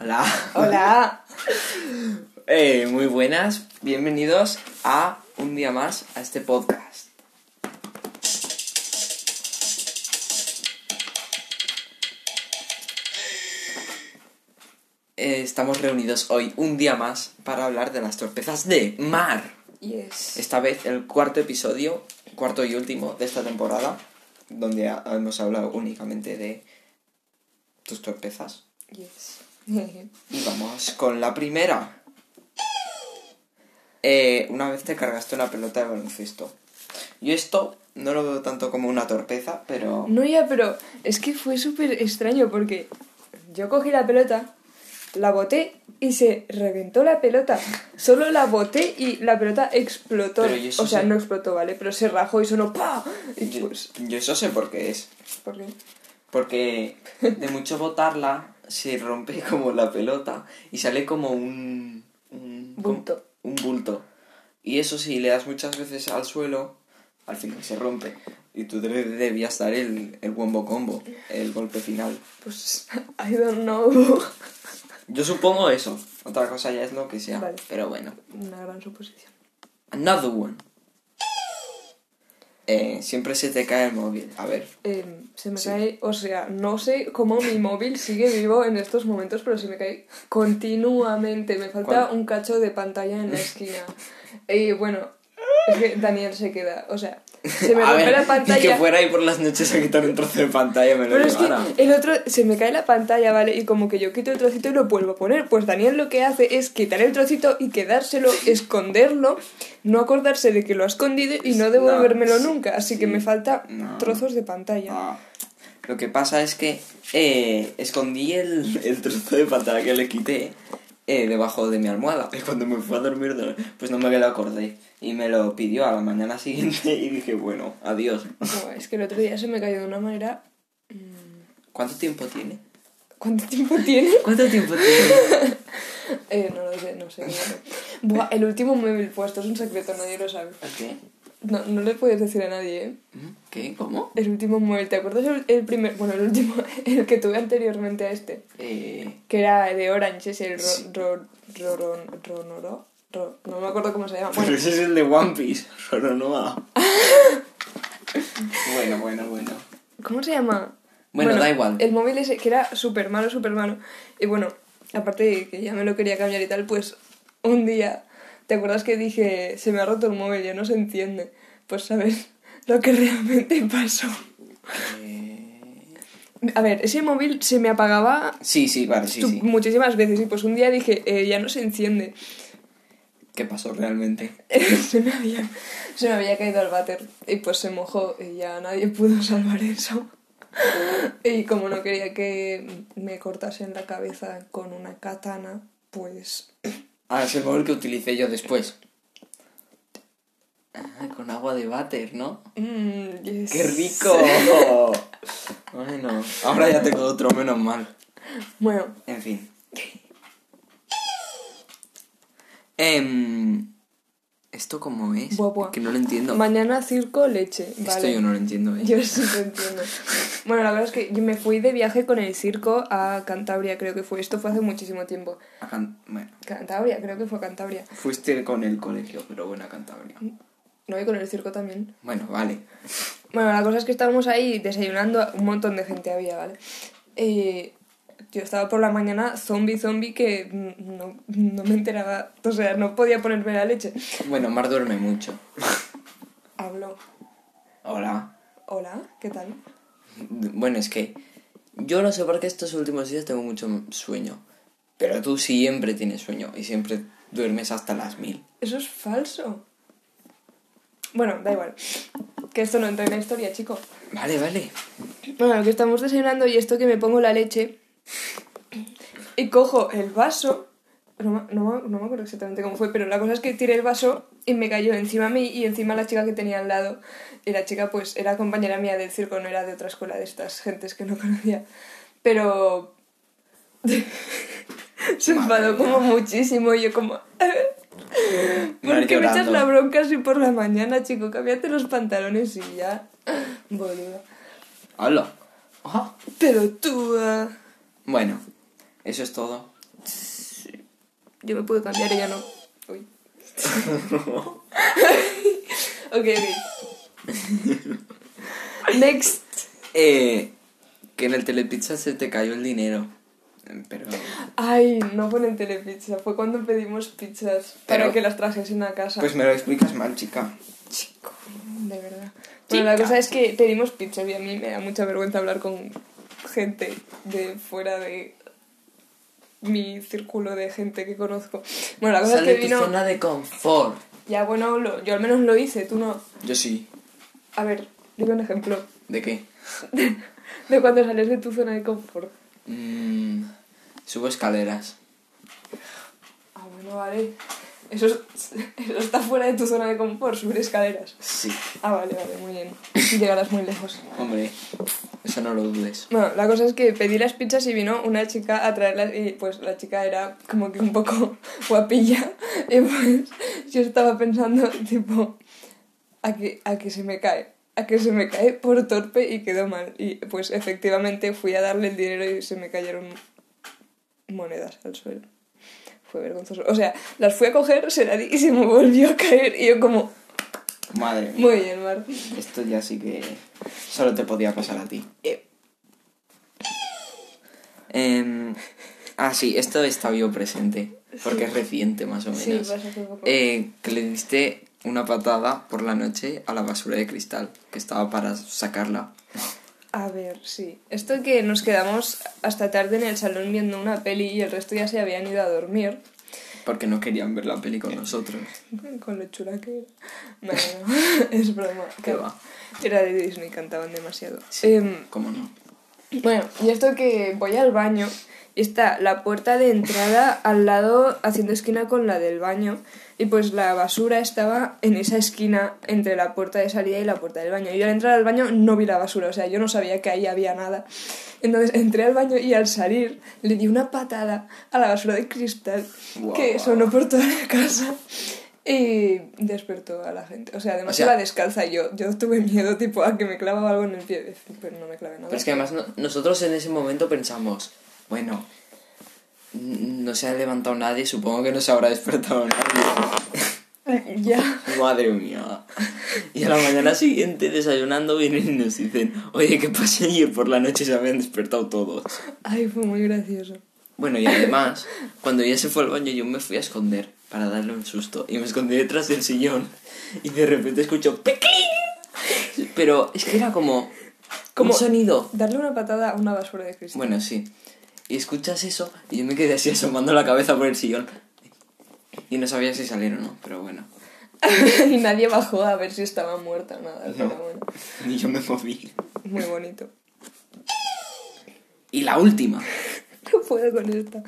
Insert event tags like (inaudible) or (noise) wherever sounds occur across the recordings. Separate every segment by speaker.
Speaker 1: Hola.
Speaker 2: Hola.
Speaker 1: Eh, muy buenas. Bienvenidos a un día más a este podcast. Eh, estamos reunidos hoy un día más para hablar de las torpezas de mar.
Speaker 2: (laughs) Yes.
Speaker 1: Esta vez el cuarto episodio, cuarto y último de esta temporada, donde ha- hemos hablado únicamente de tus torpezas.
Speaker 2: Yes. (laughs)
Speaker 1: Y vamos con la primera. Eh, una vez te cargaste una pelota de baloncesto. Yo esto no lo veo tanto como una torpeza, pero...
Speaker 2: no, ya, pero es que fue súper extraño porque yo cogí la pelota, la boté y se reventó la pelota. Solo la boté y la pelota explotó.
Speaker 1: Pero, ¿y eso
Speaker 2: O sea,
Speaker 1: se-
Speaker 2: no explotó, ¿vale? Pero se rajó y sonó ¡pa! Y
Speaker 1: Yo,
Speaker 2: pues,
Speaker 1: yo eso sé por qué es.
Speaker 2: ¿por qué?
Speaker 1: Porque de mucho botarla se rompe como la pelota y sale como un... un como-
Speaker 2: Bulto.
Speaker 1: un bulto. Y eso si le das muchas veces al suelo, al final se rompe. Y tú debe- debías dar el, el wombo combo, el golpe final.
Speaker 2: Pues, (laughs) I don't know. (laughs)
Speaker 1: Yo supongo eso. Otra cosa ya es lo que sea.
Speaker 2: Vale.
Speaker 1: Pero bueno.
Speaker 2: Una gran suposición.
Speaker 1: Another one. Eh, siempre se te cae el móvil. A ver.
Speaker 2: Em, se me
Speaker 1: Sí.
Speaker 2: cae, o sea, no sé cómo mi móvil sigue vivo en estos momentos, pero se me cae continuamente. Me falta
Speaker 1: ¿Cuál?
Speaker 2: un cacho de pantalla en
Speaker 1: (laughs)
Speaker 2: la esquina. Y bueno, es que Daniel se queda, o sea, se me
Speaker 1: a
Speaker 2: rompe
Speaker 1: ver,
Speaker 2: la
Speaker 1: Y que
Speaker 2: pantalla.
Speaker 1: fuera ahí por las noches a quitar un trozo de pantalla me lo
Speaker 2: Pero es que
Speaker 1: llevara.
Speaker 2: el otro se me cae la pantalla, ¿vale? Y como que yo quito el trocito y lo vuelvo a poner. Pues Daniel lo que hace es quitar el trocito y quedárselo, esconderlo, no acordarse de que lo ha escondido y no
Speaker 1: No,
Speaker 2: devolvérmelo
Speaker 1: sí,
Speaker 2: nunca. Así que
Speaker 1: sí.
Speaker 2: me falta
Speaker 1: No.
Speaker 2: trozos de pantalla.
Speaker 1: Ah, Lo que pasa es que eh, escondí el, el trozo de pantalla que le quité eh, debajo de mi almohada. Y cuando me fui a dormir, no- pues no me lo acordé. Y me lo pidió a la mañana siguiente (laughs) y dije, bueno, adiós.
Speaker 2: No, es que el otro día se me cayó de una manera. mm,
Speaker 1: ¿Cuánto tiempo tiene?
Speaker 2: ¿Cuánto tiempo tiene? (laughs)
Speaker 1: ¿Cuánto tiempo (laughs) tiene?
Speaker 2: Eh, no lo sé, no sé. no sé. Buah, el último móvil puesto es un secreto, nadie lo sabe.
Speaker 1: ¿Qué?
Speaker 2: No, no le puedes decir a nadie, ¿eh?
Speaker 1: ¿Mm? ¿Qué? ¿Cómo?
Speaker 2: El último móvil, ¿te acuerdas el, el primer? Bueno, el último, (laughs) el que tuve anteriormente a este,
Speaker 1: Eh,
Speaker 2: que era de Orange, es el ro,
Speaker 1: Sí.
Speaker 2: ro- ro- ro- ro- no, ro- ro- no me acuerdo cómo se
Speaker 1: (laughs)
Speaker 2: llama.
Speaker 1: pero
Speaker 2: Bueno,
Speaker 1: Pues ese es el de One Piece, (laughs) Ronoa. bueno, bueno, bueno.
Speaker 2: ¿Cómo se llama?
Speaker 1: Bueno, da igual.
Speaker 2: El móvil ese, que era súper malo, súper malo. Y bueno, aparte de que ya me lo quería cambiar y tal, pues un día, ¿te acuerdas que dije, se me ha roto el móvil, ya no se entiende? Pues sabes (laughs) lo que realmente pasó.
Speaker 1: Eh,
Speaker 2: A ver, ese móvil se me apagaba
Speaker 1: Sí, sí, vale, sí,
Speaker 2: tu-
Speaker 1: sí.
Speaker 2: muchísimas veces y pues un día dije, eh, ya no se enciende.
Speaker 1: ¿Qué pasó realmente?
Speaker 2: (laughs) se, me había, se me había caído al váter y pues se mojó y ya nadie pudo salvar eso. (laughs) Y como no quería que me cortasen la cabeza con una katana, pues...
Speaker 1: Ah, es el móvil que utilicé yo después. Ah, con agua de váter, ¿no?
Speaker 2: mm, yes.
Speaker 1: ¡Qué (laughs) rico! Bueno, ahora ya tengo otro menos mal.
Speaker 2: Bueno,
Speaker 1: En fin. Em, ¿Esto cómo es?
Speaker 2: Buah, buah.
Speaker 1: Que no lo entiendo.
Speaker 2: mañana circo leche,
Speaker 1: Esto
Speaker 2: ¿vale?
Speaker 1: yo no lo entiendo. ¿eh?
Speaker 2: Yo (laughs) sí te entiendo. Bueno, la verdad es que yo me fui de viaje con el circo a Cantabria, creo que fue. Esto fue hace muchísimo tiempo.
Speaker 1: A Can- Bueno,
Speaker 2: Cantabria, creo que fue Cantabria.
Speaker 1: fuiste con el colegio, pero bueno, a Cantabria.
Speaker 2: No, y con el circo también.
Speaker 1: Bueno, vale.
Speaker 2: Bueno, la cosa es que estábamos ahí desayunando, un montón de gente había, ¿vale? Eh, yo estaba por la mañana zombie, zombie, que mm, no, no me enteraba, o sea, no podía ponerme la leche.
Speaker 1: Bueno, Mar duerme mucho.
Speaker 2: Hablo,
Speaker 1: Hola.
Speaker 2: hola, ¿qué tal?
Speaker 1: Bueno, es que yo no sé por qué estos últimos días tengo mucho sueño. Pero tú siempre tienes sueño y siempre duermes hasta las mil.
Speaker 2: Eso es falso. Bueno, da igual, que esto no entra en la historia, chico.
Speaker 1: Vale, vale.
Speaker 2: Bueno, que estamos desayunando y esto que me pongo la leche y cojo el vaso. No, me- no me- no me acuerdo exactamente cómo fue, pero la cosa es que tiré el vaso y me cayó encima a mí y encima a la chica que tenía al lado. Y la chica pues era compañera mía del circo, no era de otra escuela de estas gentes que no conocía. Pero... (laughs) Se enfadó como muchísimo y yo como... ¿Por
Speaker 1: Mar
Speaker 2: qué me echas
Speaker 1: llorando.
Speaker 2: la bronca así por la mañana, chico? Cámbiate los pantalones y ya. Boludo.
Speaker 1: Hola. Ajá.
Speaker 2: Pero tú... ah.
Speaker 1: Bueno, eso es todo.
Speaker 2: Yo me pude cambiar, ella no.
Speaker 1: (laughs)
Speaker 2: Uy. ok, ok. Next.
Speaker 1: Eh, que en el telepizza se te cayó el dinero. Pero.
Speaker 2: Ay, no fue en el Telepizza, fue cuando pedimos pizzas para
Speaker 1: Pero-
Speaker 2: que las trajesen a casa.
Speaker 1: Pues me lo explicas mal, chica.
Speaker 2: Chico, de verdad. Bueno, la cosa es que pedimos pizzas y a mí me da mucha vergüenza hablar con gente de fuera de mi círculo de gente que conozco. Bueno, la cosa
Speaker 1: Sal de
Speaker 2: es que vino...
Speaker 1: tu zona de confort.
Speaker 2: Ya, bueno, lo- yo al menos lo hice, tú no.
Speaker 1: Yo sí.
Speaker 2: A ver, dime un ejemplo
Speaker 1: ¿De qué?
Speaker 2: de cuando sales de tu zona de confort.
Speaker 1: Mm, subo escaleras.
Speaker 2: Ah, bueno, vale. Eso, es- (laughs) eso está fuera de tu zona de confort, subir escaleras.
Speaker 1: Sí.
Speaker 2: Ah, vale, vale, muy bien. Llegarás muy lejos.
Speaker 1: Hombre, eso no lo dudes.
Speaker 2: Bueno, la cosa es que pedí las pizzas y vino una chica a traerlas y pues la chica era como que un poco (laughs) guapilla y pues yo estaba pensando tipo a que, a que se me cae, a que se me cae por torpe y quedó mal y pues efectivamente fui a darle el dinero y se me cayeron monedas al suelo. Fue vergonzoso. O sea, las fui a coger, se la di y se me (laughs) volvió a caer y yo como,
Speaker 1: Madre mía.
Speaker 2: muy bien, Mar.
Speaker 1: Esto ya sí que solo te podía pasar a ti.
Speaker 2: Eh,
Speaker 1: Em, ah, sí, esto he estado yo presente. Porque es reciente, más o menos.
Speaker 2: Sí, pasa hace poco.
Speaker 1: Eh, que le diste una patada por la noche a la basura de cristal que estaba para sacarla.
Speaker 2: A ver, sí. Esto que nos quedamos hasta tarde en el salón viendo una peli y el resto ya se habían ido a dormir. (laughs)
Speaker 1: Porque no querían ver la peli con nosotros.
Speaker 2: Con lo chula que era. No, no, (laughs) es broma.
Speaker 1: Qué va.
Speaker 2: Era de Disney, cantaban demasiado.
Speaker 1: Sí,
Speaker 2: Em,
Speaker 1: ¿Cómo no?
Speaker 2: bueno, y esto que voy al baño y está la puerta de entrada al lado haciendo esquina con la del baño y pues la basura estaba en esa esquina entre la puerta de salida y la puerta del baño. Y yo al entrar al baño no vi la basura, o sea, yo no sabía que ahí había nada. Entonces entré al baño y al salir le di una patada a la basura de cristal
Speaker 1: Guau.
Speaker 2: que sonó por toda la casa. Y despertó a la gente. O sea, además
Speaker 1: O sea-
Speaker 2: iba descalza y yo. Yo tuve miedo, tipo, a que me clavaba algo en el pie. Pero no me clavé nada.
Speaker 1: Pero es que además no- nosotros en ese momento pensamos, bueno, n- no se ha levantado nadie, supongo que no se habrá despertado nadie. (laughs)
Speaker 2: Ya.
Speaker 1: Madre mía. Y a la mañana siguiente, desayunando, vienen y nos dicen, oye, ¿qué pasa? ayer por la noche se habían despertado todos.
Speaker 2: Ay, fue muy gracioso.
Speaker 1: Bueno, y además, cuando ella se fue al baño, yo me fui a esconder para darle un susto. Y me escondí detrás del sillón. Y de repente escucho ¡Pequín! Pero es que era como. Como
Speaker 2: Como-
Speaker 1: un sonido.
Speaker 2: Darle una patada a una basura de cristal.
Speaker 1: Bueno, sí. Y escuchas eso, y yo me quedé así (laughs) asomando la cabeza por el sillón. Y no sabía si salir o no, pero bueno.
Speaker 2: (laughs) y nadie bajó a ver si estaba muerta o nada. pero
Speaker 1: No. (laughs)
Speaker 2: bueno,
Speaker 1: Ni yo me moví.
Speaker 2: muy bonito. (laughs)
Speaker 1: Y la última.
Speaker 2: No puedo con esta.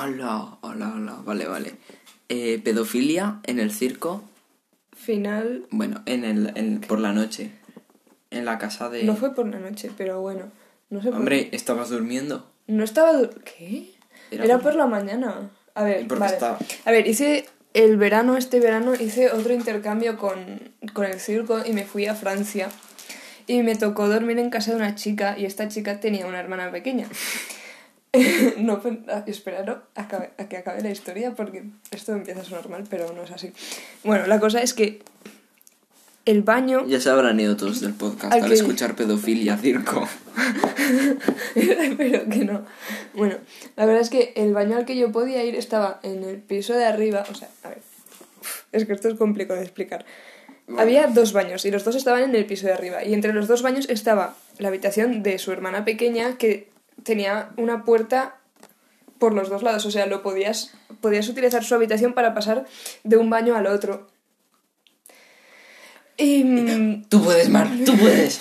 Speaker 1: Hola, hola, hola. Vale, vale. Eh, pedofilia en el circo.
Speaker 2: Final.
Speaker 1: Bueno, en el, en- por la noche. En la casa de.
Speaker 2: No fue por la noche, pero bueno. No sé por
Speaker 1: Hombre, estabas durmiendo.
Speaker 2: No estaba. du- ¿Qué?
Speaker 1: Era
Speaker 2: Era,
Speaker 1: por-
Speaker 2: por... la mañana. A
Speaker 1: ¿Y
Speaker 2: ver,
Speaker 1: por qué
Speaker 2: vale.
Speaker 1: estaba?
Speaker 2: A ver, hice el verano, este verano, hice otro intercambio con, con el circo y me fui a Francia. Y me tocó dormir en casa de una chica y esta chica tenía una hermana pequeña. (laughs) no, pe- ah, espera, no, acabe- a que acabe la historia porque esto empieza a sonar mal, pero no es así. Bueno, la cosa es que el baño...
Speaker 1: Ya se habrán ido todos del podcast
Speaker 2: Al
Speaker 1: al
Speaker 2: que-
Speaker 1: escuchar pedofilia circo.
Speaker 2: (laughs) pero que no. Bueno, la verdad es que el baño al que yo podía ir estaba en el piso de arriba. O sea, a ver. Es que esto es complicado de explicar.
Speaker 1: Bueno.
Speaker 2: Había dos baños y los dos estaban en el piso de arriba. Y entre los dos baños estaba la habitación de su hermana pequeña que tenía una puerta por los dos lados. O sea, lo podías, podías utilizar su habitación para pasar de un baño al otro. Y, mm,
Speaker 1: Tú puedes, Mar, tú puedes.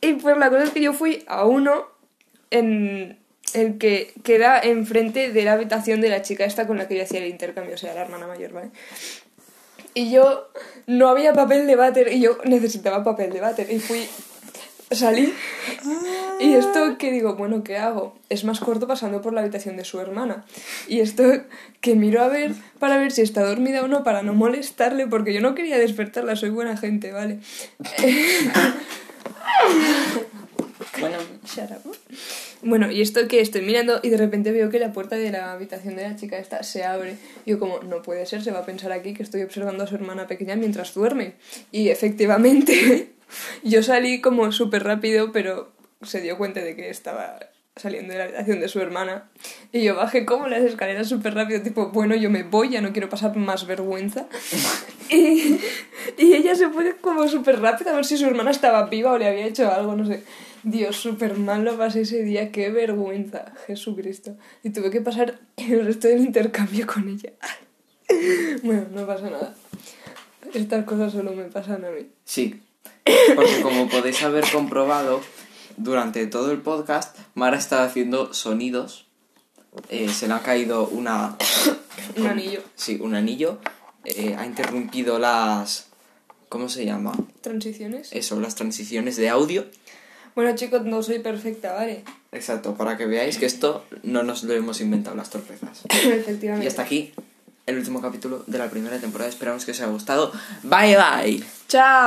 Speaker 2: y pues la cosa es que yo fui a uno en el que queda enfrente de la habitación de la chica esta con la que yo hacía el intercambio, o sea, la hermana mayor, ¿vale? Y yo no había papel de váter y yo necesitaba papel de váter y fui, salí y esto que digo, bueno, ¿qué hago? Es más corto pasando por la habitación de su hermana. Y esto que miro a ver para ver si está dormida o no, para no molestarle, porque yo no quería despertarla, soy buena gente, ¿vale?
Speaker 1: Bueno,
Speaker 2: Shut up. Bueno, y esto que estoy mirando y de repente veo que la puerta de la habitación de la chica esta se abre. Yo como, no puede ser, se va a pensar aquí que estoy observando a su hermana pequeña mientras duerme. Y efectivamente, (laughs) yo salí como súper rápido, pero se dio cuenta de que estaba saliendo de la habitación de su hermana. Y yo bajé como las escaleras súper rápido, tipo, bueno, yo me voy, ya no quiero pasar más vergüenza. y, y ella se fue como súper rápido a ver si su hermana estaba viva o le había hecho algo, no sé. Dios, súper mal lo pasé ese día, qué vergüenza, Jesucristo. Y tuve que pasar el resto del intercambio con ella. (laughs) bueno, no pasa nada. Estas cosas solo me pasan a mí.
Speaker 1: Sí. Porque como podéis haber comprobado, durante todo el podcast, Mara está haciendo sonidos. Eh, se le ha caído una.
Speaker 2: (coughs) Un anillo.
Speaker 1: Sí, un anillo. Eh, ha interrumpido las. ¿Cómo se llama?
Speaker 2: ¿Transiciones?
Speaker 1: Eso, las transiciones de audio.
Speaker 2: Bueno, chicos, no soy perfecta, ¿vale?
Speaker 1: Exacto, para que veáis que esto no nos lo hemos inventado las torpezas.
Speaker 2: Efectivamente.
Speaker 1: Y hasta aquí el último capítulo de la primera temporada. Esperamos que os haya gustado. Bye bye.
Speaker 2: ¡Chao!